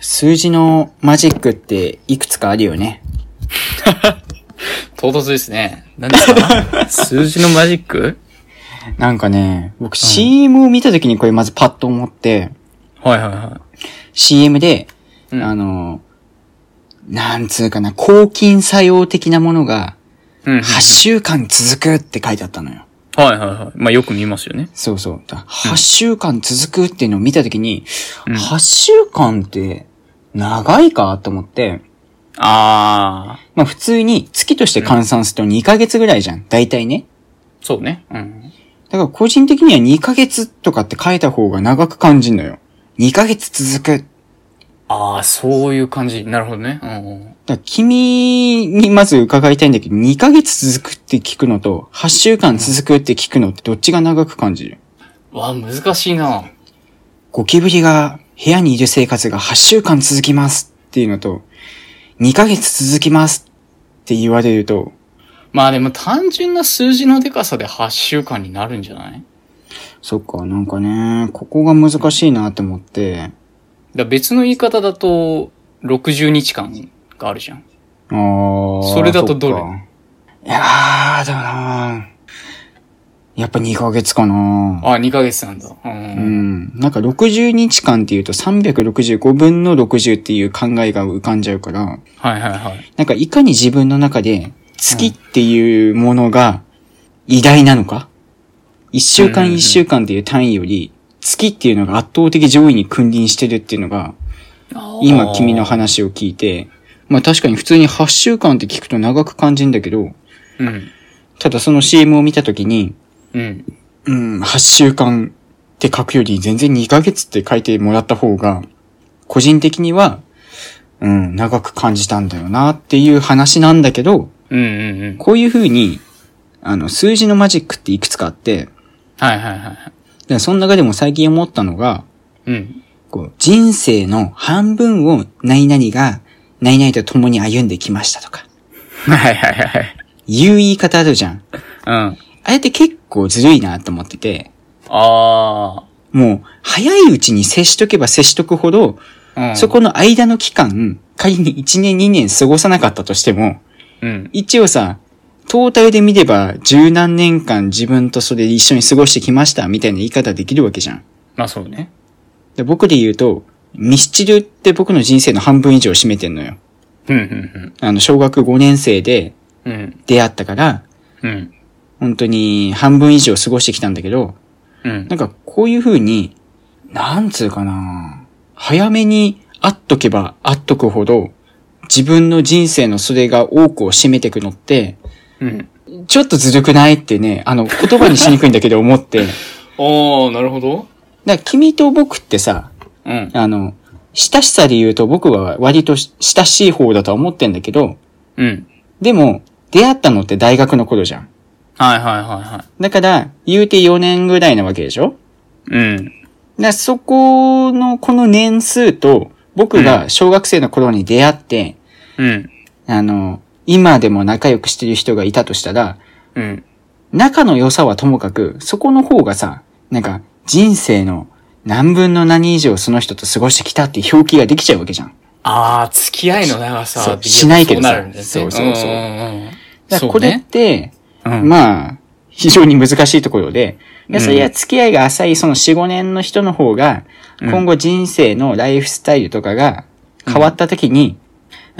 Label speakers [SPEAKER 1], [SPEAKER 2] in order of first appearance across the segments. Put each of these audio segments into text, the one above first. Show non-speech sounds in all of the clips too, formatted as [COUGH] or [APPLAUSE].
[SPEAKER 1] 数字のマジックっていくつかあるよね。
[SPEAKER 2] [LAUGHS] 唐突ですね。何ですか数字のマジック
[SPEAKER 1] なんかね、僕 CM を見た時にこれまずパッと思って、
[SPEAKER 2] はいはいは
[SPEAKER 1] CM で、
[SPEAKER 2] うん
[SPEAKER 1] あの、なんつうかな、抗菌作用的なものが
[SPEAKER 2] い。うんうん。
[SPEAKER 1] 8週間続くって書いてあったのよ。
[SPEAKER 2] はいはいはい。まあよく見ますよね。
[SPEAKER 1] そうそう。だ8週間続くっていうのを見たときに、
[SPEAKER 2] うん
[SPEAKER 1] 8週間って長いかと思って、
[SPEAKER 2] あ
[SPEAKER 1] まあ普通に月として換算すると2ヶ月ぐらいじゃん。大体ね。
[SPEAKER 2] ー。そうね。うん。
[SPEAKER 1] だから個人的には2ヶ月とかって書いた方が長く感じるのよ。2ヶ月続く。
[SPEAKER 2] あー、そういう感じ。なるほどね。うん。
[SPEAKER 1] だから君にまず伺いたいんだけど、2ヶ月続くって聞くのと、8週間続くって聞くのってどっちが長く感じる
[SPEAKER 2] わ、難しいな
[SPEAKER 1] ゴキブリが部屋にいる生活が8週間続きますっていうのと、2ヶ月続きますって言われると、
[SPEAKER 2] まあでも単純な数字のデカさで8週間になるんじゃないだか
[SPEAKER 1] そっか、なんかね、ここが難しいなって思って、
[SPEAKER 2] ら別の言い方だと、60日間があるじゃん。
[SPEAKER 1] あー
[SPEAKER 2] それだとどれ
[SPEAKER 1] そっかいやー、でもなやっぱ2ヶ月かな
[SPEAKER 2] あ、2ヶ月なんだ。う。
[SPEAKER 1] うんん。なんか60日間っていうと365分の60っていう考えが浮かんじゃうから、
[SPEAKER 2] はいはいはい。
[SPEAKER 1] なんかいかに自分の中で月っていうものが偉大なのか一週
[SPEAKER 2] うんうん
[SPEAKER 1] 間
[SPEAKER 2] うん
[SPEAKER 1] 一週間っていう単位より月っていうのが圧倒的上位に君臨してるっていうのが今君の。話を聞いて、まあ確かに普通に8週間って聞くと長く感じるんだけど、
[SPEAKER 2] うん。
[SPEAKER 1] ただその CM を見たときに、
[SPEAKER 2] うん。
[SPEAKER 1] うん、8週間って書くより全然2ヶ月って書いてもらった方が、個人的には、うん、長く感じたんだよなっていう話なんだけど、
[SPEAKER 2] うんうんうん。
[SPEAKER 1] こういう風に、あの、数字のマジックっていくつかあって、
[SPEAKER 2] はいはいはい。
[SPEAKER 1] でその中でも最近思ったのが、
[SPEAKER 2] うん。
[SPEAKER 1] こう、人生の半分を何々が、何々と共に歩んできましたとか、
[SPEAKER 2] [LAUGHS] はいはいはい。
[SPEAKER 1] いう言い方あるじゃん。
[SPEAKER 2] うん。
[SPEAKER 1] あれって結構ずるいなと思ってて、
[SPEAKER 2] あ
[SPEAKER 1] もう、早いうちに接しとけば接しとくほど、
[SPEAKER 2] ー。うん。
[SPEAKER 1] そ。この間の期間、仮に1年2年過ごさなかったとしても、
[SPEAKER 2] うん。
[SPEAKER 1] 一応さ、トータルで見れば、十何年間自分とそれで一緒に過ごしてきました、みたいな言い方できるわけじゃん。
[SPEAKER 2] まあそうね。
[SPEAKER 1] で僕で言うと、ミスチルって僕の人生の半分以上を占めてんのよ。
[SPEAKER 2] うんうん
[SPEAKER 1] あの、小学5年生で
[SPEAKER 2] うん。うん。
[SPEAKER 1] 出会ったから、
[SPEAKER 2] うん。
[SPEAKER 1] 本当に半分以上過ごしてきたんだけど、
[SPEAKER 2] うん
[SPEAKER 1] な。んかこういう風に、なんつうかな早めに会っとけば会っとくほど、自分の人生のそれが多くを占めてくのって、
[SPEAKER 2] うん。
[SPEAKER 1] ちょっとずるくないってね、あの、言葉にしにくいんだけど思って。だか
[SPEAKER 2] おー、なるほど。
[SPEAKER 1] ら君と僕ってさ、
[SPEAKER 2] うん。
[SPEAKER 1] あの、親しさで言うと僕は割とし親しい方だとは思ってんだけど、
[SPEAKER 2] うん。
[SPEAKER 1] でも、出会ったのって大学の頃じゃん。
[SPEAKER 2] はいはいはいは
[SPEAKER 1] だから、言うて4年ぐらいなわけでしょ
[SPEAKER 2] い。うん。
[SPEAKER 1] だからそこのこの年数と、僕が小学生の頃に出会って、
[SPEAKER 2] うん。
[SPEAKER 1] あの、今でも仲良くしてる人がいたとしたら、
[SPEAKER 2] うん。
[SPEAKER 1] 仲の良さはともかく、そこの方がさ、なんか人生の何分の何以上その人と過ごしてきたっていう表記ができちゃうわけじゃん。
[SPEAKER 2] あー、付き合いの長
[SPEAKER 1] そ
[SPEAKER 2] さ
[SPEAKER 1] うしないけどさ
[SPEAKER 2] そうるんですね
[SPEAKER 1] そうそうそうん
[SPEAKER 2] んん
[SPEAKER 1] だからこれっ。て、
[SPEAKER 2] そうねうん。
[SPEAKER 1] まあ、非常に難しいところで、いやそれは付き合いが浅いその4、5年の人の方が、
[SPEAKER 2] うん
[SPEAKER 1] 今後人生のライフスタイルとかが変わった時に、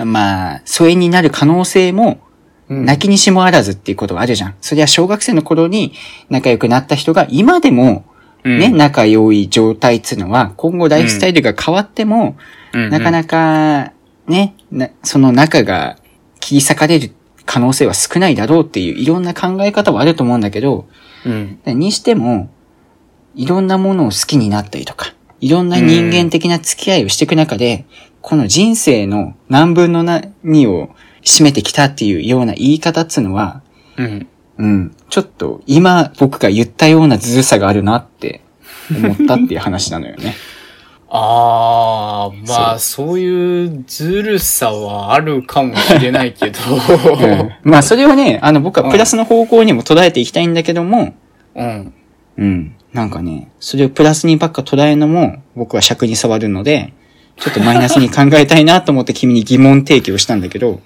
[SPEAKER 1] まあ、疎遠になる可能性も、
[SPEAKER 2] うん
[SPEAKER 1] なきにしもあらずっていうことはあるじゃん。それは小学生の頃に仲良くなった人が今でも、ね、
[SPEAKER 2] うん
[SPEAKER 1] 仲良い状態っていうのは、今後ライフスタイルが変わっても、なか
[SPEAKER 2] か。
[SPEAKER 1] なか、ね、なその中が切り裂かれる可能性は少ないだろうっていういろんな考え方はあると思うんだけど、
[SPEAKER 2] うん。
[SPEAKER 1] にしても、いろんなものを好きになったりとか、いろんな人間的な付き合いをしていく中で、この人生の何分の何を占めてきたっていうような言い方っつうのは、
[SPEAKER 2] うん。
[SPEAKER 1] うん、ちょっと今僕が言ったようなずるさがあるなって思ったっていう話なのよね。
[SPEAKER 2] あー、まあ、そういうずるさはあるかもしれないけど。
[SPEAKER 1] うんまあそれをね、あの僕はプラスの方向にも捉えていきたいんだけども、
[SPEAKER 2] [LAUGHS] うん。
[SPEAKER 1] うん。なんかね、それをプラスにばっか捉えるのも僕は尺に触るので、ちょっとマイナスに考えたいなと思って君に疑問提起をしたんだけど、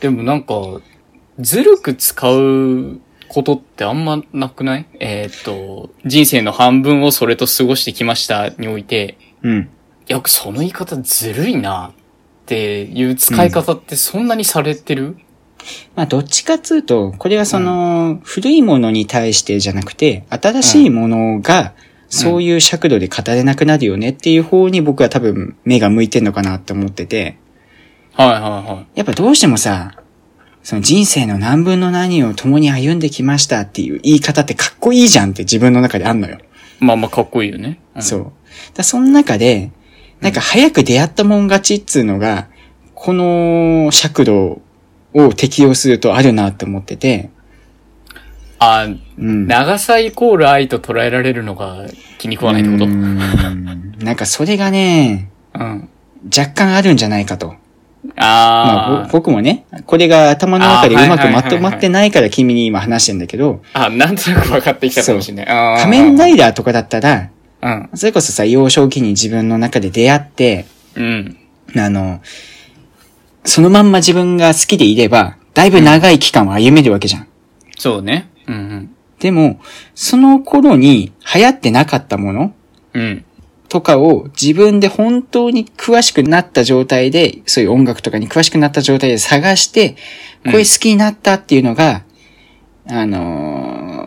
[SPEAKER 2] でもなんか、ずるく使うことってあんまなくないえーっと、人生の半分をそれと過ごしてきましたにおいて、
[SPEAKER 1] うん。
[SPEAKER 2] いや、その言い方ずるいなっていう使い方ってそんなにされてる、
[SPEAKER 1] まあどっちかっつうと、これはその、古いものに対してじゃなくて、新しいものが、そういう尺度で語れなくなるよねっていう方に僕は多分目が向いてんのかなって思ってて、
[SPEAKER 2] はいはいは
[SPEAKER 1] やっぱどうしてもさ、その人生の何分の何を共に歩んできましたっていう言い方ってかっこいいじゃんって自分の中であんのよ。
[SPEAKER 2] い。まあまあかっこいいよね。うん
[SPEAKER 1] そう。だからその中で、なんか早く出会ったもん勝ちっつうのが、この尺度を適用するとあるなって思ってて、
[SPEAKER 2] あ
[SPEAKER 1] うん。
[SPEAKER 2] 長さイコール愛と捉えられるのが気に食わないってこと
[SPEAKER 1] うー
[SPEAKER 2] うん
[SPEAKER 1] なんかそれがね、
[SPEAKER 2] ん。
[SPEAKER 1] 若干あるんじゃないかと。まあ、
[SPEAKER 2] あ
[SPEAKER 1] ぼ僕もね、これが頭の中でうま
[SPEAKER 2] あー
[SPEAKER 1] く
[SPEAKER 2] は
[SPEAKER 1] ま
[SPEAKER 2] いはいはいは
[SPEAKER 1] と
[SPEAKER 2] い
[SPEAKER 1] まってないから君に今話してんだけど、
[SPEAKER 2] あ、あ、なんとなく分かってきたかもしれない。あー
[SPEAKER 1] 仮面ライダーとかだったら、
[SPEAKER 2] うん。
[SPEAKER 1] それこそさ、幼少期に自分の中で出会って、
[SPEAKER 2] うん。
[SPEAKER 1] あの、そのまんま自分が好きでいれば、だいぶ長い期間を歩めるわけじゃん。
[SPEAKER 2] そうね。うん
[SPEAKER 1] でも、その頃に流行ってなかったもの
[SPEAKER 2] うん。うん。
[SPEAKER 1] とかを自分で本当に詳しくなった状態で、そういう音楽とかに詳しくなった状態で探して、これ好きになったっていうのが、あの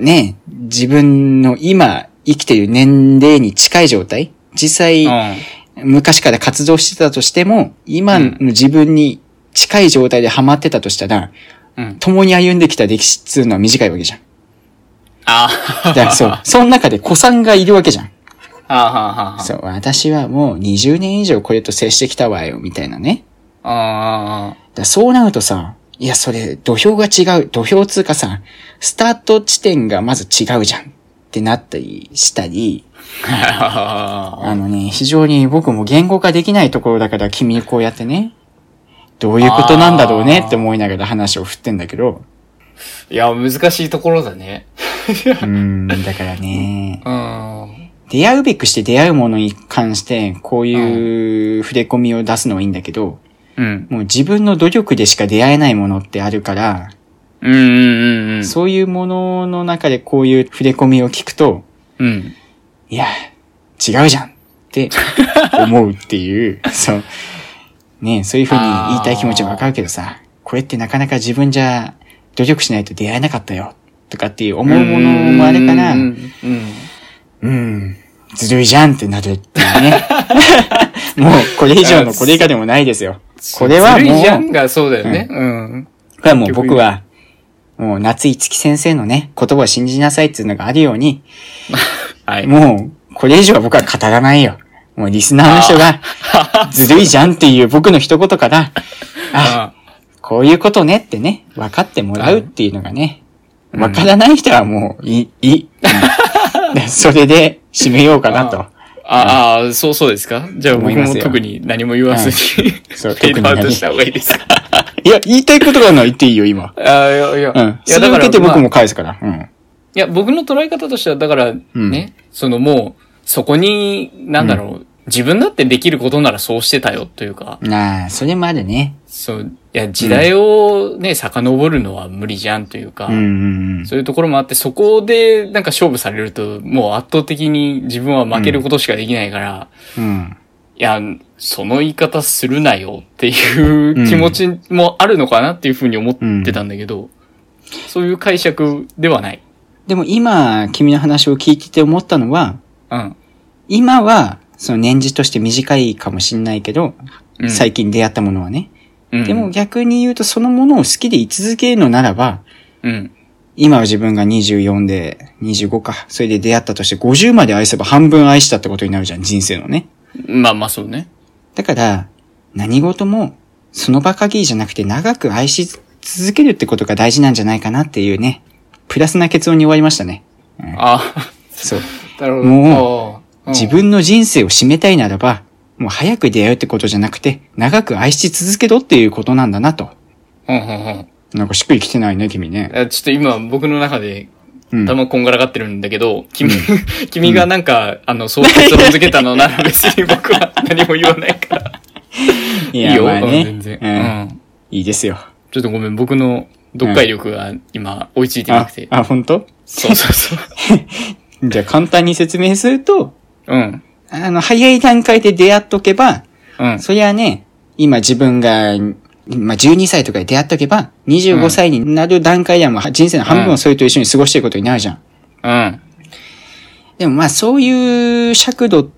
[SPEAKER 1] ーね、自分の今生きている年齢に近い状態実際、
[SPEAKER 2] うん。
[SPEAKER 1] 昔から活動してたとしても、今の自分に近い状態でハマってたとしたら、
[SPEAKER 2] うん。
[SPEAKER 1] 共に歩んできた歴史っつうのは短いわけじ
[SPEAKER 2] [LAUGHS]
[SPEAKER 1] ゃん。
[SPEAKER 2] あ
[SPEAKER 1] だからそう、その中で子さんがいるわけじゃん。
[SPEAKER 2] あ。あははは
[SPEAKER 1] そう、私はもう20年以上これと接してきたわよ、みたいなね。
[SPEAKER 2] あ
[SPEAKER 1] だからそうなるとさ、いや、それ、土俵が違う。土俵通過さ、スタート地点がまず違うじゃん。ってなったりしたり、
[SPEAKER 2] あ。
[SPEAKER 1] あのね、非常に僕も言語化できないところだから君こうやってね、どういうことなんだろうねって思いながら話を振ってんだけど、
[SPEAKER 2] [LAUGHS] いや、難しいところだね。
[SPEAKER 1] うーん、だからね、
[SPEAKER 2] うん。
[SPEAKER 1] 出会うべくして出会うものに関して、こういう触れ込みを出すのはいいんだけど、
[SPEAKER 2] うん。
[SPEAKER 1] もう自分の努力でしか出会えないものってあるから、
[SPEAKER 2] うんうんうんうん。
[SPEAKER 1] そういうものの中でこういう触れ込みを聞くと、
[SPEAKER 2] うん。
[SPEAKER 1] いや、違うじゃんって思うって
[SPEAKER 2] [LAUGHS]
[SPEAKER 1] いう、そう。ねえそういうふうに言いたい気持ちはわかるけどさ、これってなかなか自分じゃ努力しないと出会えなかったよ、とかっていう思うものもあれから、
[SPEAKER 2] う
[SPEAKER 1] うん、
[SPEAKER 2] ん。うん
[SPEAKER 1] ずるいじゃんってなるっていう
[SPEAKER 2] [LAUGHS]
[SPEAKER 1] ね。もうこれ以上のこれ以下でもないですよ。これはもう
[SPEAKER 2] ずるいじゃんがそうだよね。うん。
[SPEAKER 1] これはもう僕は、もう夏いつき先生のね、言葉を信じなさいっていうのがあるように、
[SPEAKER 2] はい。
[SPEAKER 1] もう、これ以上は僕は語らないよ。もうリスナーの人が、ずるいじゃんっていう僕の一言
[SPEAKER 2] [LAUGHS]
[SPEAKER 1] から、あ、
[SPEAKER 2] あ
[SPEAKER 1] こういうことねってね、分かってもらうっていうのがね、
[SPEAKER 2] うん
[SPEAKER 1] 分からない人はもういい、い
[SPEAKER 2] [LAUGHS]
[SPEAKER 1] い。うんそれで締めようかなと。
[SPEAKER 2] あ、あそうそうですかじゃあ
[SPEAKER 1] 思
[SPEAKER 2] 僕
[SPEAKER 1] います
[SPEAKER 2] も
[SPEAKER 1] よ
[SPEAKER 2] 特に何も言わずに、
[SPEAKER 1] そう
[SPEAKER 2] [LAUGHS] フェードアウトした方がいいですか
[SPEAKER 1] いや、言いたいことがあるのは言っていいよ、今。
[SPEAKER 2] ああ、いや、いや、
[SPEAKER 1] うん。
[SPEAKER 2] いや
[SPEAKER 1] それを
[SPEAKER 2] だか
[SPEAKER 1] 受
[SPEAKER 2] ら
[SPEAKER 1] けて僕
[SPEAKER 2] まあ
[SPEAKER 1] も返すから。うん。
[SPEAKER 2] いや、僕の捉え方としては、だから、
[SPEAKER 1] ん
[SPEAKER 2] ね、そのもう、そこに、なんだろう、自分だってできることならそうしてたよというか、
[SPEAKER 1] なあ、それもあるね。
[SPEAKER 2] そう、いや、時代をね、遡るのは無理じゃんというか、
[SPEAKER 1] うんうんうん。
[SPEAKER 2] そういうところもあって、そこでなんか勝負されると、もう圧倒的に自分は負けることしかできないから、
[SPEAKER 1] うん。
[SPEAKER 2] いや、その言い方するなよっていう気持ちもあるのかなっていうふうに思ってたんだけど、そういう解釈ではない。
[SPEAKER 1] でも今、君の話を聞いてて思ったのは、
[SPEAKER 2] うん。
[SPEAKER 1] 今は、その年次として短いかもしんないけど、
[SPEAKER 2] うん
[SPEAKER 1] 最近出会ったものはね。
[SPEAKER 2] うん、
[SPEAKER 1] でも、逆に言うと、そのものを好きで居続けるのならば、
[SPEAKER 2] うん。
[SPEAKER 1] 今は自分が24で、25か。それで出会ったとして、50まで愛せば半分愛したってことになるじゃん、人生のね。
[SPEAKER 2] まあまあそうね。
[SPEAKER 1] だから、何事も、その場限りじゃなくて長く愛し続けるってことが大事なんじゃないかなっていうね、プラスな結論に終わりましたね。
[SPEAKER 2] あ
[SPEAKER 1] そう。
[SPEAKER 2] あ、なるほど。
[SPEAKER 1] も
[SPEAKER 2] ああ
[SPEAKER 1] 自、分の人生を締めたいならば、もう早く出会うってことじゃなくて、長く愛し続けろっていうことなんだなと。
[SPEAKER 2] うんうんうん
[SPEAKER 1] なんかしっくりきてないね、君ね。
[SPEAKER 2] あ。ちょっと今僕の中で
[SPEAKER 1] うん
[SPEAKER 2] 頭こんがらがってるんだけど、君、 [LAUGHS] 君がなんか、あの、そう結論付けたの [LAUGHS] なら別に僕は何も言わないから。
[SPEAKER 1] い
[SPEAKER 2] い
[SPEAKER 1] や、
[SPEAKER 2] よ、
[SPEAKER 1] まあ
[SPEAKER 2] うん
[SPEAKER 1] ね。
[SPEAKER 2] 全然、
[SPEAKER 1] うん。
[SPEAKER 2] うん。
[SPEAKER 1] いいですよ。
[SPEAKER 2] ちょっとごめん、僕の読解力が今追いついてな
[SPEAKER 1] あ
[SPEAKER 2] くて、。
[SPEAKER 1] あ、本当？
[SPEAKER 2] そうそうそう。
[SPEAKER 1] じゃあ簡単に説明すると、
[SPEAKER 2] うん。
[SPEAKER 1] あの、早い段階で出会っとけば、
[SPEAKER 2] うん。
[SPEAKER 1] そりゃね、今自分が、まあ、12歳とかで出会っとけば、
[SPEAKER 2] う
[SPEAKER 1] 25
[SPEAKER 2] ん
[SPEAKER 1] 歳になる段階ではもう人生の半分
[SPEAKER 2] う
[SPEAKER 1] を
[SPEAKER 2] ん
[SPEAKER 1] それと一緒に過ごしていくことになるじゃん。
[SPEAKER 2] うん。
[SPEAKER 1] でもまあそういう尺度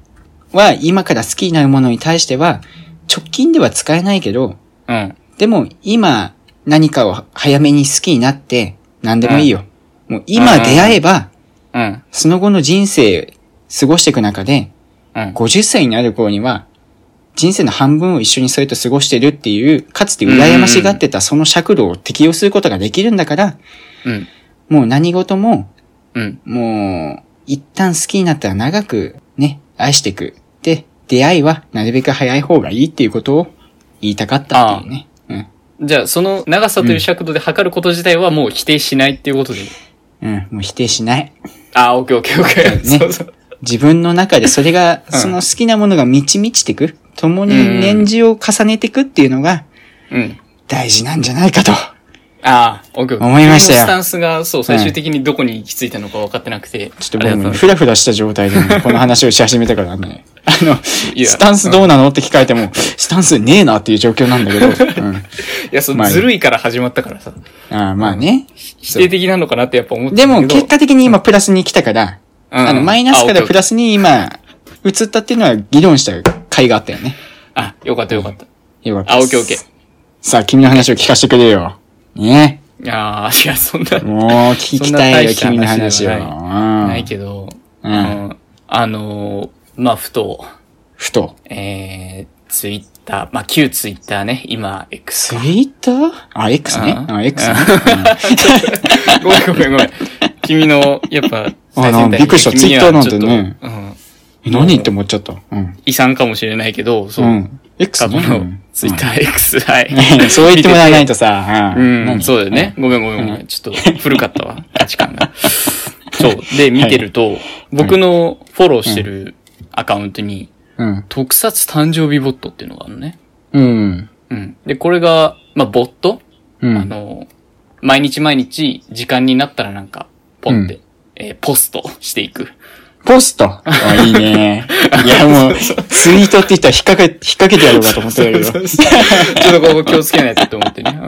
[SPEAKER 1] は今から好きになるものに対しては、直近では使えないけど、
[SPEAKER 2] うん。
[SPEAKER 1] でも今何かを早めに好きになって、何でもいいよ。もう今出会えば、
[SPEAKER 2] うん。
[SPEAKER 1] その後の人生過ごしていく中で、
[SPEAKER 2] うん。
[SPEAKER 1] 50歳になる頃には、人生の半分を一緒にそれと過ごしてるっていう、かつて羨ましがってたその尺度を適用することができるんだから、
[SPEAKER 2] うん。
[SPEAKER 1] もう何事も、
[SPEAKER 2] うん。
[SPEAKER 1] もう、一旦好きになったら長くね、愛していく。で、出会いはなるべく早い方がいいっていうことを言いたかったっていうね。うん。
[SPEAKER 2] じゃあ、その長さという尺度で測ること自体はもう否定しないっていうことで。
[SPEAKER 1] うん、もう否定しない。
[SPEAKER 2] ああ、オッケーオッケーオッケー。
[SPEAKER 1] ね
[SPEAKER 2] そうそう。
[SPEAKER 1] 自分の中でそれが、
[SPEAKER 2] うん
[SPEAKER 1] その好きなものが満ち満ちてく。共に
[SPEAKER 2] うん
[SPEAKER 1] 年次を重ねていくっていうのが
[SPEAKER 2] うん。
[SPEAKER 1] 大事なんじゃないかと。
[SPEAKER 2] ああ、オッケーオッケー。
[SPEAKER 1] 思いましたよ
[SPEAKER 2] 君のスタンスが、そう、最終的にどこに行き着いたのか分かってなくて。
[SPEAKER 1] ちょっと
[SPEAKER 2] ありが
[SPEAKER 1] 僕
[SPEAKER 2] と
[SPEAKER 1] も
[SPEAKER 2] う
[SPEAKER 1] フラフラした状態でね、この話をし始めたから
[SPEAKER 2] [LAUGHS]
[SPEAKER 1] ね。あの、
[SPEAKER 2] いや
[SPEAKER 1] スタンスどうなのって聞かれても、スタンスねえなっていう状況なんだけど。うん。
[SPEAKER 2] いや、そ
[SPEAKER 1] ま
[SPEAKER 2] の
[SPEAKER 1] あ
[SPEAKER 2] ずるいから始まったからさ。
[SPEAKER 1] ああ、まあね。
[SPEAKER 2] 否定的なのかなってやっぱ思って
[SPEAKER 1] で
[SPEAKER 2] たんだ
[SPEAKER 1] も
[SPEAKER 2] けど
[SPEAKER 1] 結果的に今プラスに来たから、
[SPEAKER 2] うん
[SPEAKER 1] あの、マイナスからプ
[SPEAKER 2] あ
[SPEAKER 1] ラスに今、移ったっていうのは議論した甲斐があったよね。
[SPEAKER 2] あ、よかったよかった。
[SPEAKER 1] よかった
[SPEAKER 2] あ、
[SPEAKER 1] です。
[SPEAKER 2] オッケーオッケー。
[SPEAKER 1] さあ、君の話を聞かせてくれよ。ね
[SPEAKER 2] いやー、いや、そんな、
[SPEAKER 1] もう聞きたいよ、
[SPEAKER 2] そん
[SPEAKER 1] 君の
[SPEAKER 2] な大し
[SPEAKER 1] 話
[SPEAKER 2] た
[SPEAKER 1] を。
[SPEAKER 2] 話で
[SPEAKER 1] う
[SPEAKER 2] は
[SPEAKER 1] ん
[SPEAKER 2] ないけど、
[SPEAKER 1] うん
[SPEAKER 2] うんあのー、まあ、ふと、
[SPEAKER 1] ふと。
[SPEAKER 2] えー、ツイッター、まあ、旧ツイッターね、今、X
[SPEAKER 1] ツ
[SPEAKER 2] [LAUGHS]
[SPEAKER 1] イッターあ、X ね。
[SPEAKER 2] うん
[SPEAKER 1] あ、X ね。
[SPEAKER 2] ごめんごめんごめん。君の、やっぱ、
[SPEAKER 1] あなんかびっくりした
[SPEAKER 2] 最先端に
[SPEAKER 1] ツイッターなんてね
[SPEAKER 2] 君にはちょっとうん。
[SPEAKER 1] うん何って思っちゃった。うん。
[SPEAKER 2] 遺産かもしれないけど、そうう。
[SPEAKER 1] ん。X
[SPEAKER 2] 過去
[SPEAKER 1] ね。う
[SPEAKER 2] の
[SPEAKER 1] ん
[SPEAKER 2] ツイッター X、はい。
[SPEAKER 1] うんそう言ってもらわないとさ。
[SPEAKER 2] う
[SPEAKER 1] [LAUGHS] うん
[SPEAKER 2] ん、
[SPEAKER 1] 何
[SPEAKER 2] そうだよね。ごめんごめんごめん。ちょっと古かった
[SPEAKER 1] [LAUGHS]
[SPEAKER 2] わ、価値観が。そう。で、見てると、僕のフォローしてるアカウントに、
[SPEAKER 1] うん。
[SPEAKER 2] 特撮誕生日ボットっていうのがあるのね。
[SPEAKER 1] うん。
[SPEAKER 2] うん。で、これが、まあ、ボット、
[SPEAKER 1] う
[SPEAKER 2] あ
[SPEAKER 1] ん。
[SPEAKER 2] の、毎日毎日、時間になったらなんか、ポンって、
[SPEAKER 1] う
[SPEAKER 2] えーポストしていく。
[SPEAKER 1] ポストあ、いい
[SPEAKER 2] [LAUGHS]
[SPEAKER 1] ね。いや、もう、ツイートって言ったら引っ掛け、引っ掛けてやろうかと思ってたけど。
[SPEAKER 2] [LAUGHS] そうそうそうちょっとここ気をつけないとと思ってね。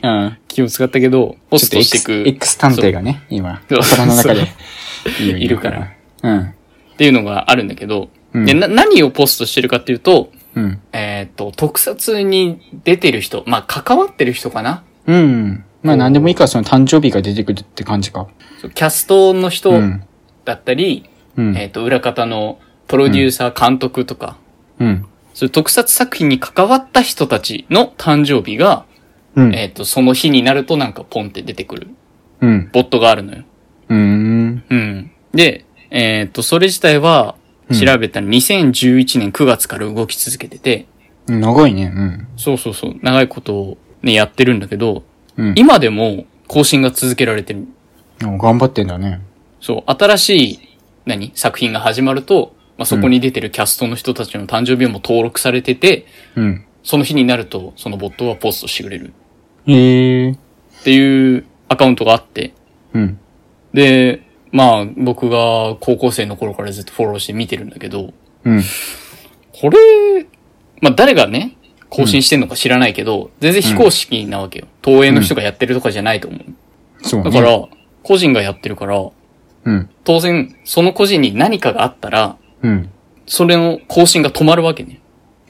[SPEAKER 2] うん。
[SPEAKER 1] うん。
[SPEAKER 2] 気を使ったけど、ポストしていく
[SPEAKER 1] X, X 探偵がね、今、
[SPEAKER 2] そう
[SPEAKER 1] 頭の中で。よ
[SPEAKER 2] [LAUGHS] いるから。
[SPEAKER 1] うん。
[SPEAKER 2] っていうのがあるんだけど、
[SPEAKER 1] うん
[SPEAKER 2] でな何をポストしてるかっていうと、
[SPEAKER 1] うん。
[SPEAKER 2] えっ、と、特撮に出てる人、まあ、関わってる人かな
[SPEAKER 1] うん。まあ何でもいいからその誕生日が出てくるって感じか。
[SPEAKER 2] そうキャストの人
[SPEAKER 1] うん。
[SPEAKER 2] だったり、
[SPEAKER 1] うん。
[SPEAKER 2] えっ、と、裏方のプロデューサー、監督とか、
[SPEAKER 1] うん。
[SPEAKER 2] そういう特撮作品に関わった人たちの誕生日が、
[SPEAKER 1] うん。
[SPEAKER 2] えっ、と、その日になるとなんかポンって出てくる、
[SPEAKER 1] うん。
[SPEAKER 2] ボットがあるのよ。
[SPEAKER 1] うん。
[SPEAKER 2] うん。で、えっ、と、それ自体は、調べたら2011年9月から動き続けてて、
[SPEAKER 1] 長いね。うん。
[SPEAKER 2] そうそうそう、長いことをね、やってるんだけど、
[SPEAKER 1] うん。
[SPEAKER 2] 今でも更新が続けられてる。
[SPEAKER 1] あ頑張ってんだね。
[SPEAKER 2] そう、新しい、何作品が始まると、まあ、そこに出てるキャストの人たちの誕生日も登録されてて、
[SPEAKER 1] うん。
[SPEAKER 2] その日になると、そのボットはポストしてくれる
[SPEAKER 1] へえ。
[SPEAKER 2] っていうアカウントがあって、
[SPEAKER 1] うん。
[SPEAKER 2] で、まあ、僕が高校生の頃からずっとフォローして見てるんだけど、
[SPEAKER 1] うん。
[SPEAKER 2] これ、まあ誰がね、更新してんのか知らないけど、全然非公式なわけよ。東映の人がやってるとかじゃないと思う。
[SPEAKER 1] そう
[SPEAKER 2] だ
[SPEAKER 1] ね。
[SPEAKER 2] から、個人がやってるから、
[SPEAKER 1] うん。
[SPEAKER 2] 当然、その個人に何かがあったら、
[SPEAKER 1] うん。
[SPEAKER 2] それの更新が止まるわけね。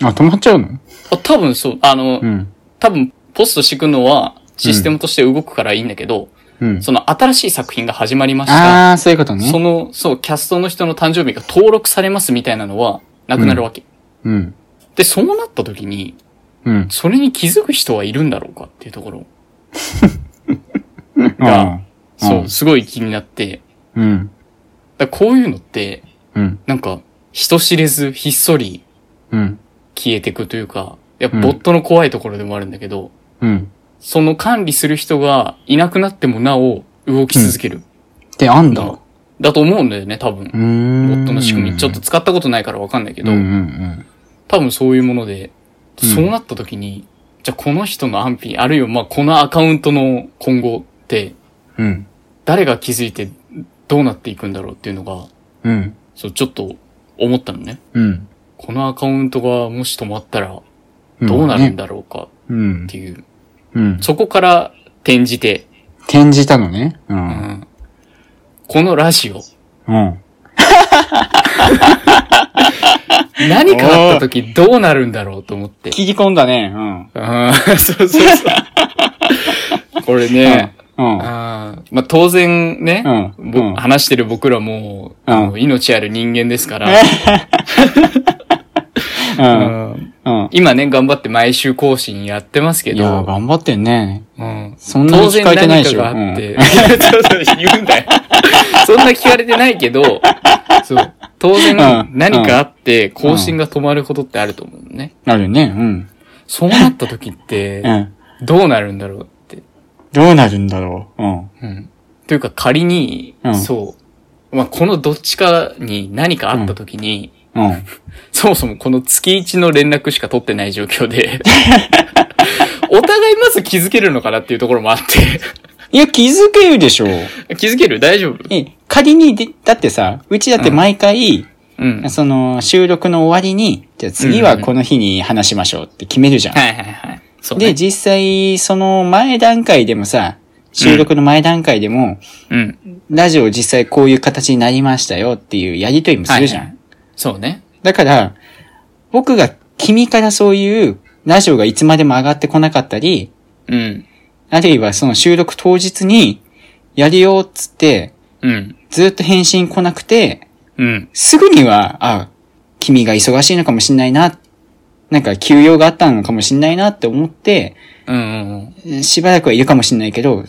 [SPEAKER 1] あ、止まっちゃうの
[SPEAKER 2] あ多分そう、あの、
[SPEAKER 1] うん。
[SPEAKER 2] 多分、ポストしていくのは、システムとして動くからいいんだけど、
[SPEAKER 1] うん。
[SPEAKER 2] その新しい作品が始まりました。
[SPEAKER 1] ああ、そういうことね
[SPEAKER 2] そ。の、そう、キャストの人の誕生日が登録されますみたいなのは、なくなるわけ。
[SPEAKER 1] うん。
[SPEAKER 2] で、そうなった時に、
[SPEAKER 1] うん。
[SPEAKER 2] それに気づく人はいるんだろうかっていうところ。が
[SPEAKER 1] あー
[SPEAKER 2] そうう、
[SPEAKER 1] ん
[SPEAKER 2] すごい気になって。
[SPEAKER 1] ーうん。
[SPEAKER 2] だからこういうのって、
[SPEAKER 1] うん。
[SPEAKER 2] なんか、人知れず、ひっそり
[SPEAKER 1] うん。
[SPEAKER 2] 消えてくというか、いや、
[SPEAKER 1] うん
[SPEAKER 2] ボットの怖いところでもあるんだけど、
[SPEAKER 1] うん。
[SPEAKER 2] その管理する人がいなくなってもなお動き続ける。
[SPEAKER 1] ってあんだ。
[SPEAKER 2] だ
[SPEAKER 1] う
[SPEAKER 2] だと思うんだよね、多分
[SPEAKER 1] ー。ん。
[SPEAKER 2] ボットの仕組み。ちょっと使ったことないからわかんないけど、
[SPEAKER 1] うんうん
[SPEAKER 2] 多分そういうもので、
[SPEAKER 1] うん
[SPEAKER 2] そうなった時に、じゃあこの人の安否、あるいはまあこのアカウントの今後って、
[SPEAKER 1] うん。うん。
[SPEAKER 2] 誰が気づいてどうなっていくんだろうっていうのが、
[SPEAKER 1] うん。
[SPEAKER 2] そう、ちょっと思ったのね。
[SPEAKER 1] うん。
[SPEAKER 2] このアカウントがもし止まったらどうなるんだろうか
[SPEAKER 1] うん
[SPEAKER 2] っていう、
[SPEAKER 1] うん。
[SPEAKER 2] そこから転じて、
[SPEAKER 1] 転じたのね。う。
[SPEAKER 2] うんん、このラジオ、
[SPEAKER 1] うん。
[SPEAKER 2] 何かあった時どうなるんだろうと思って。
[SPEAKER 1] 切り込んだね。うん。
[SPEAKER 2] うん、そうそう [LAUGHS] そう。これね、
[SPEAKER 1] うん。うん。
[SPEAKER 2] あーまあ当然ね、
[SPEAKER 1] うん
[SPEAKER 2] ぼ
[SPEAKER 1] うん
[SPEAKER 2] 話してる僕らも、
[SPEAKER 1] うん
[SPEAKER 2] あの命ある人間ですから、
[SPEAKER 1] うん。
[SPEAKER 2] うん
[SPEAKER 1] うん。
[SPEAKER 2] 今ね、頑張って毎週更新やってますけ
[SPEAKER 1] いやー、
[SPEAKER 2] ど、
[SPEAKER 1] 頑張ってんね。
[SPEAKER 2] うん
[SPEAKER 1] そんなに
[SPEAKER 2] 当
[SPEAKER 1] 聞
[SPEAKER 2] 然
[SPEAKER 1] かれてないで
[SPEAKER 2] 何か
[SPEAKER 1] しょ。
[SPEAKER 2] があって、そうそう言うんだよ。 [LAUGHS] そんな聞かれてないけど、そう当然
[SPEAKER 1] うん
[SPEAKER 2] 何かあって更新が止まることってあると思うのね。
[SPEAKER 1] うんあるね。うん。
[SPEAKER 2] そうなった時って
[SPEAKER 1] う、ん。
[SPEAKER 2] どうなるんだろうって。
[SPEAKER 1] どうなるんだろう。うん。
[SPEAKER 2] うん。というか仮に、
[SPEAKER 1] うん
[SPEAKER 2] そう。まあ、このどっちかに何かあった時に、
[SPEAKER 1] うん。
[SPEAKER 2] そもそもこの月一の連絡しか取ってない状況で、 [LAUGHS] お互いまず気づけるのかなっていうところもあっ
[SPEAKER 1] いや、気づけるでしょう。
[SPEAKER 2] て、気づける大丈夫
[SPEAKER 1] え、仮にで、だってさ、うちだって毎回、
[SPEAKER 2] うん。
[SPEAKER 1] その、収録の終わりに、じゃあ次はこの日に話しましょうって決めるじゃん。
[SPEAKER 2] はいはいはい。そう、
[SPEAKER 1] で、
[SPEAKER 2] ね。
[SPEAKER 1] 実際、その前段階でもさ、収録の前段階でも、
[SPEAKER 2] うん。
[SPEAKER 1] ラジオ実際こういう形になりましたよっていうやりとりもするじゃん。
[SPEAKER 2] はいはいそうね。
[SPEAKER 1] だから、僕が君からそういうラジオがいつまでも上がってこなかったり、
[SPEAKER 2] うん。
[SPEAKER 1] あるいはその収録当日にやるよっつって、
[SPEAKER 2] うん。
[SPEAKER 1] ずっと返信来なくて、
[SPEAKER 2] うん。
[SPEAKER 1] すぐには、あ、君が忙しいのかもしんないな、なんか休養があったのかもしんないなって思って、
[SPEAKER 2] うんうん
[SPEAKER 1] しばらくはいるかもしんないけど、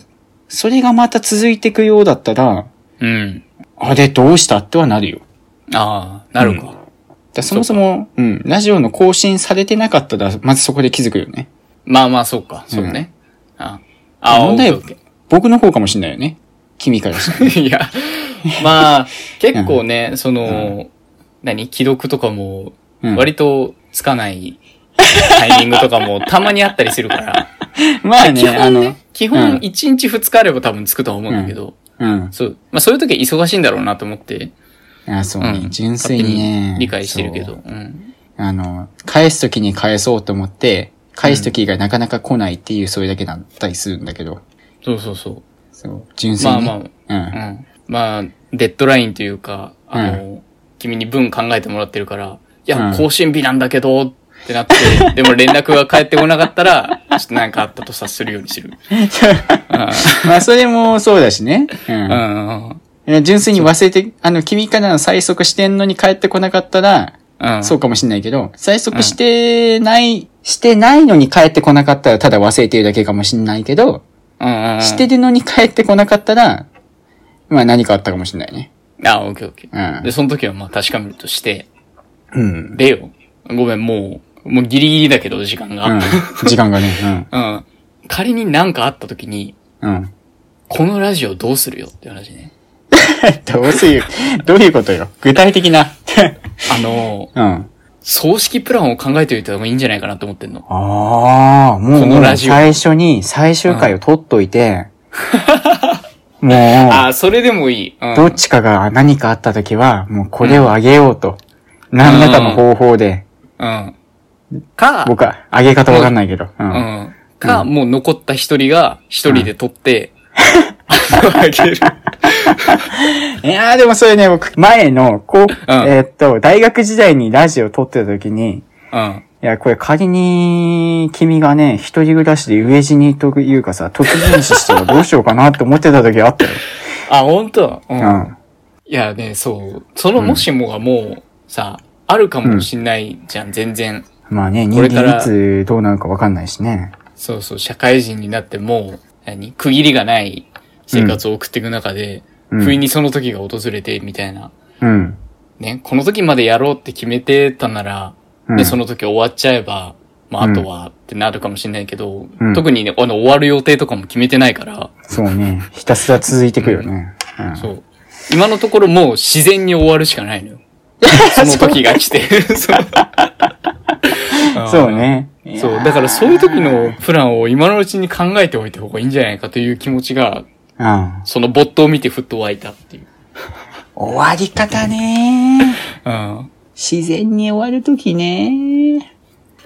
[SPEAKER 1] それがまた続いていくようだったら、
[SPEAKER 2] うん。うん。
[SPEAKER 1] あれどうしたってはなるよ。
[SPEAKER 2] ああ、なるか。
[SPEAKER 1] だそもそもうん、ラジオの更新されてなかったら、まずそこで気づくよね。
[SPEAKER 2] まあまあ、そうか。そうね。ああ、
[SPEAKER 1] 問題は
[SPEAKER 2] オッケーオッケー
[SPEAKER 1] 僕の方かもしんないよね。君からしたら。
[SPEAKER 2] [LAUGHS] いや、まあ、結構ね、その、何既読とかも、
[SPEAKER 1] うん
[SPEAKER 2] 割とつかないタイミングとか [LAUGHS] もたまにあったりするから。 [LAUGHS]
[SPEAKER 1] まあ
[SPEAKER 2] 基
[SPEAKER 1] [LAUGHS] ね、あ
[SPEAKER 2] 本
[SPEAKER 1] の
[SPEAKER 2] ね、、基
[SPEAKER 1] う
[SPEAKER 2] 本
[SPEAKER 1] ん
[SPEAKER 2] 1日2日あれば多分つくとは思うんだけど、
[SPEAKER 1] うん。
[SPEAKER 2] そう。まあそういう時は忙しいんだろうなと思って、
[SPEAKER 1] あそう
[SPEAKER 2] う
[SPEAKER 1] ね、
[SPEAKER 2] ん。
[SPEAKER 1] 純粋に
[SPEAKER 2] 勝
[SPEAKER 1] ね
[SPEAKER 2] 手。理解してるけ
[SPEAKER 1] そ
[SPEAKER 2] ど、
[SPEAKER 1] う。
[SPEAKER 2] うん。
[SPEAKER 1] あの、返すときに返そうと思って、返すときがなかなか来ないっていう、それだけだったりするんだけど。
[SPEAKER 2] そうそうそう。
[SPEAKER 1] そう、純粋
[SPEAKER 2] まあ
[SPEAKER 1] にね。
[SPEAKER 2] まあ、
[SPEAKER 1] うん。 [LAUGHS]
[SPEAKER 2] うん。まあ、デッドラインというか、あの、君に文考えてもらってるから、いや、
[SPEAKER 1] うん
[SPEAKER 2] 更新日なんだけど、って [LAUGHS] なって、でも連絡が返ってこなかったら、ちょっとなんかあったと察するようにする。
[SPEAKER 1] まあ、それもそうだしね。
[SPEAKER 2] うん。う
[SPEAKER 1] うん
[SPEAKER 2] うん
[SPEAKER 1] いや。純粋に忘れて、あの、君からの催促してんのに帰ってこなかったら、
[SPEAKER 2] うん。
[SPEAKER 1] そうかもしんないけど、催促してない、してないのに帰ってこなかったら、ただ忘れてるだけかもしんないけど、
[SPEAKER 2] うん。うん。
[SPEAKER 1] して。るのに帰ってこなかったら、まあ何かあったかもしんないね。
[SPEAKER 2] あ、オッケーオッケー。
[SPEAKER 1] うん
[SPEAKER 2] で、その時はまあ確かめるとして、 [LAUGHS]
[SPEAKER 1] うん。
[SPEAKER 2] でよ。ごめん、もう、もうギリギリだけど、時間が。
[SPEAKER 1] うん。時間がね。
[SPEAKER 2] [LAUGHS] うん。仮になんかあった時に、
[SPEAKER 1] うん。うん。
[SPEAKER 2] このラジオどうするよって話ね。
[SPEAKER 1] どうする、どういうことよ。具体的な。
[SPEAKER 2] あの、
[SPEAKER 1] うん。
[SPEAKER 2] 葬式プランを考えておいた方がいいんじゃないかなと思ってんの。
[SPEAKER 1] ああ、も
[SPEAKER 2] こ
[SPEAKER 1] う、
[SPEAKER 2] のラジオ
[SPEAKER 1] 最初に最終回を取っといて、も
[SPEAKER 2] あ
[SPEAKER 1] う、
[SPEAKER 2] あ、それでもいい。うん
[SPEAKER 1] どっちかが何かあった時は、もうこれをあげようと。何らかの方法で、
[SPEAKER 2] うん。か、
[SPEAKER 1] 僕は、あげ方わかんないけど。う。
[SPEAKER 2] うんん。か、もう残った一人が一人で取って、あげる。
[SPEAKER 1] いやーでもそれね、僕、前の、こう、
[SPEAKER 2] うん
[SPEAKER 1] えーっと、大学時代にラジオ撮ってた時に、
[SPEAKER 2] [LAUGHS] うん。
[SPEAKER 1] いや、これ仮に、君がね、一人暮らしで飢え死にというかさ、突然死したらどうしようかなって思ってた時あったよ。
[SPEAKER 2] あ、本当う。
[SPEAKER 1] うんん。
[SPEAKER 2] いやね、そう。そのもしもがもう、さ、あるかもしんないじゃん、全然。
[SPEAKER 1] まあね、人
[SPEAKER 2] これか
[SPEAKER 1] 間
[SPEAKER 2] ら
[SPEAKER 1] いつどうなるかわかんないしね。
[SPEAKER 2] そうそう、社会人になってもう、何区切りがない生活を送っていく中で、
[SPEAKER 1] うん
[SPEAKER 2] 不意にその時が訪れて、みたいな。
[SPEAKER 1] うん。
[SPEAKER 2] ね、この時までやろうって決めてたなら、
[SPEAKER 1] うん
[SPEAKER 2] で、その時終わっちゃえば、まあ、あとはってなるかもしれないけど、
[SPEAKER 1] うん
[SPEAKER 2] 特にね、あの、終わる予定とかも決めてないから、
[SPEAKER 1] そうね。ひたすら続いてくよね。うん。
[SPEAKER 2] そう。今のところもう自然に終わるしかないの
[SPEAKER 1] [LAUGHS]
[SPEAKER 2] よ。その時が来て。そう
[SPEAKER 1] そう。ね。
[SPEAKER 2] そう。だからそういう時のプランを今のうちに考えておいた方がいいんじゃないかという気持ちが、
[SPEAKER 1] うん。
[SPEAKER 2] そのボットを見てふっと湧いたっていう。
[SPEAKER 1] 終わり方ね。
[SPEAKER 2] うん。
[SPEAKER 1] 自然に終わる時ね。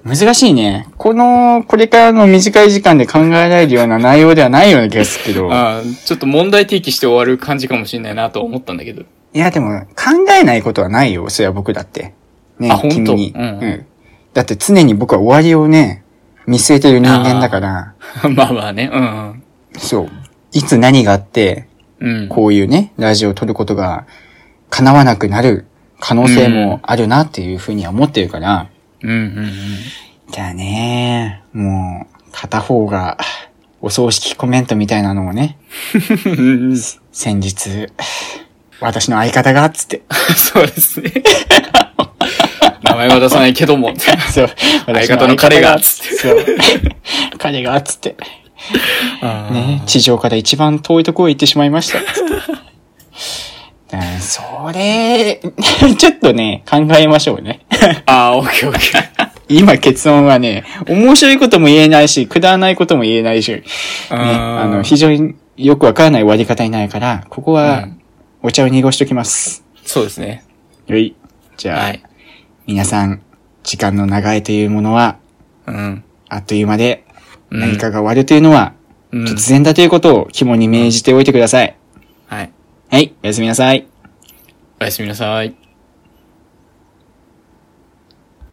[SPEAKER 1] 難しいね。この、これからの短い時間で考えられるような内容ではないような気がするけど。
[SPEAKER 2] あーちょっと問題提起して終わる感じかもしれないなとは思ったんだけど。 [LAUGHS]
[SPEAKER 1] いや、でも、考えないことはないよ。それは僕だって。ね
[SPEAKER 2] あ、本当
[SPEAKER 1] 君に、
[SPEAKER 2] うん
[SPEAKER 1] だって常に僕は終わりをね、見据えてる人間だから、
[SPEAKER 2] まあまあね。うん
[SPEAKER 1] そう。いつ何があって、
[SPEAKER 2] うん。うん。
[SPEAKER 1] こういうね、ラジオを撮ることが叶わなくなる可能性もあるなっていうふうには思ってるから。
[SPEAKER 2] うんうんうん。
[SPEAKER 1] じゃあね、もう、片方が、お葬式コメントみたいなのをね、 [LAUGHS] 先日、私の相方が、つって。
[SPEAKER 2] [LAUGHS] そうですね。名前は出さないけども。
[SPEAKER 1] [LAUGHS] そう。
[SPEAKER 2] 相方の彼がつって
[SPEAKER 1] そう。彼が、つって。
[SPEAKER 2] あー
[SPEAKER 1] ね、地上から一番遠いところへ行ってしまいま
[SPEAKER 2] [LAUGHS]
[SPEAKER 1] した。うんそれ、 [LAUGHS] ちょっとね、考えましょうね。
[SPEAKER 2] ああ、オッケーオッケ
[SPEAKER 1] 今結論はね、面白いことも言えないし、くだらないことも言えないし、ね、
[SPEAKER 2] ー
[SPEAKER 1] あの、非常によくわからない終わり方になるから、ここ
[SPEAKER 2] ー。う
[SPEAKER 1] は
[SPEAKER 2] ん
[SPEAKER 1] お茶を濁しときます。
[SPEAKER 2] そうですね。
[SPEAKER 1] よい。じゃあ、
[SPEAKER 2] はい。
[SPEAKER 1] 皆さん、時間の長いというものは、
[SPEAKER 2] うん。
[SPEAKER 1] あっという間で、
[SPEAKER 2] うん
[SPEAKER 1] 何かが終わるというのは、
[SPEAKER 2] うん
[SPEAKER 1] 突然だということを肝に銘じておいてください。
[SPEAKER 2] はい。
[SPEAKER 1] はい、おやすみなさい。
[SPEAKER 2] おやすみなさい。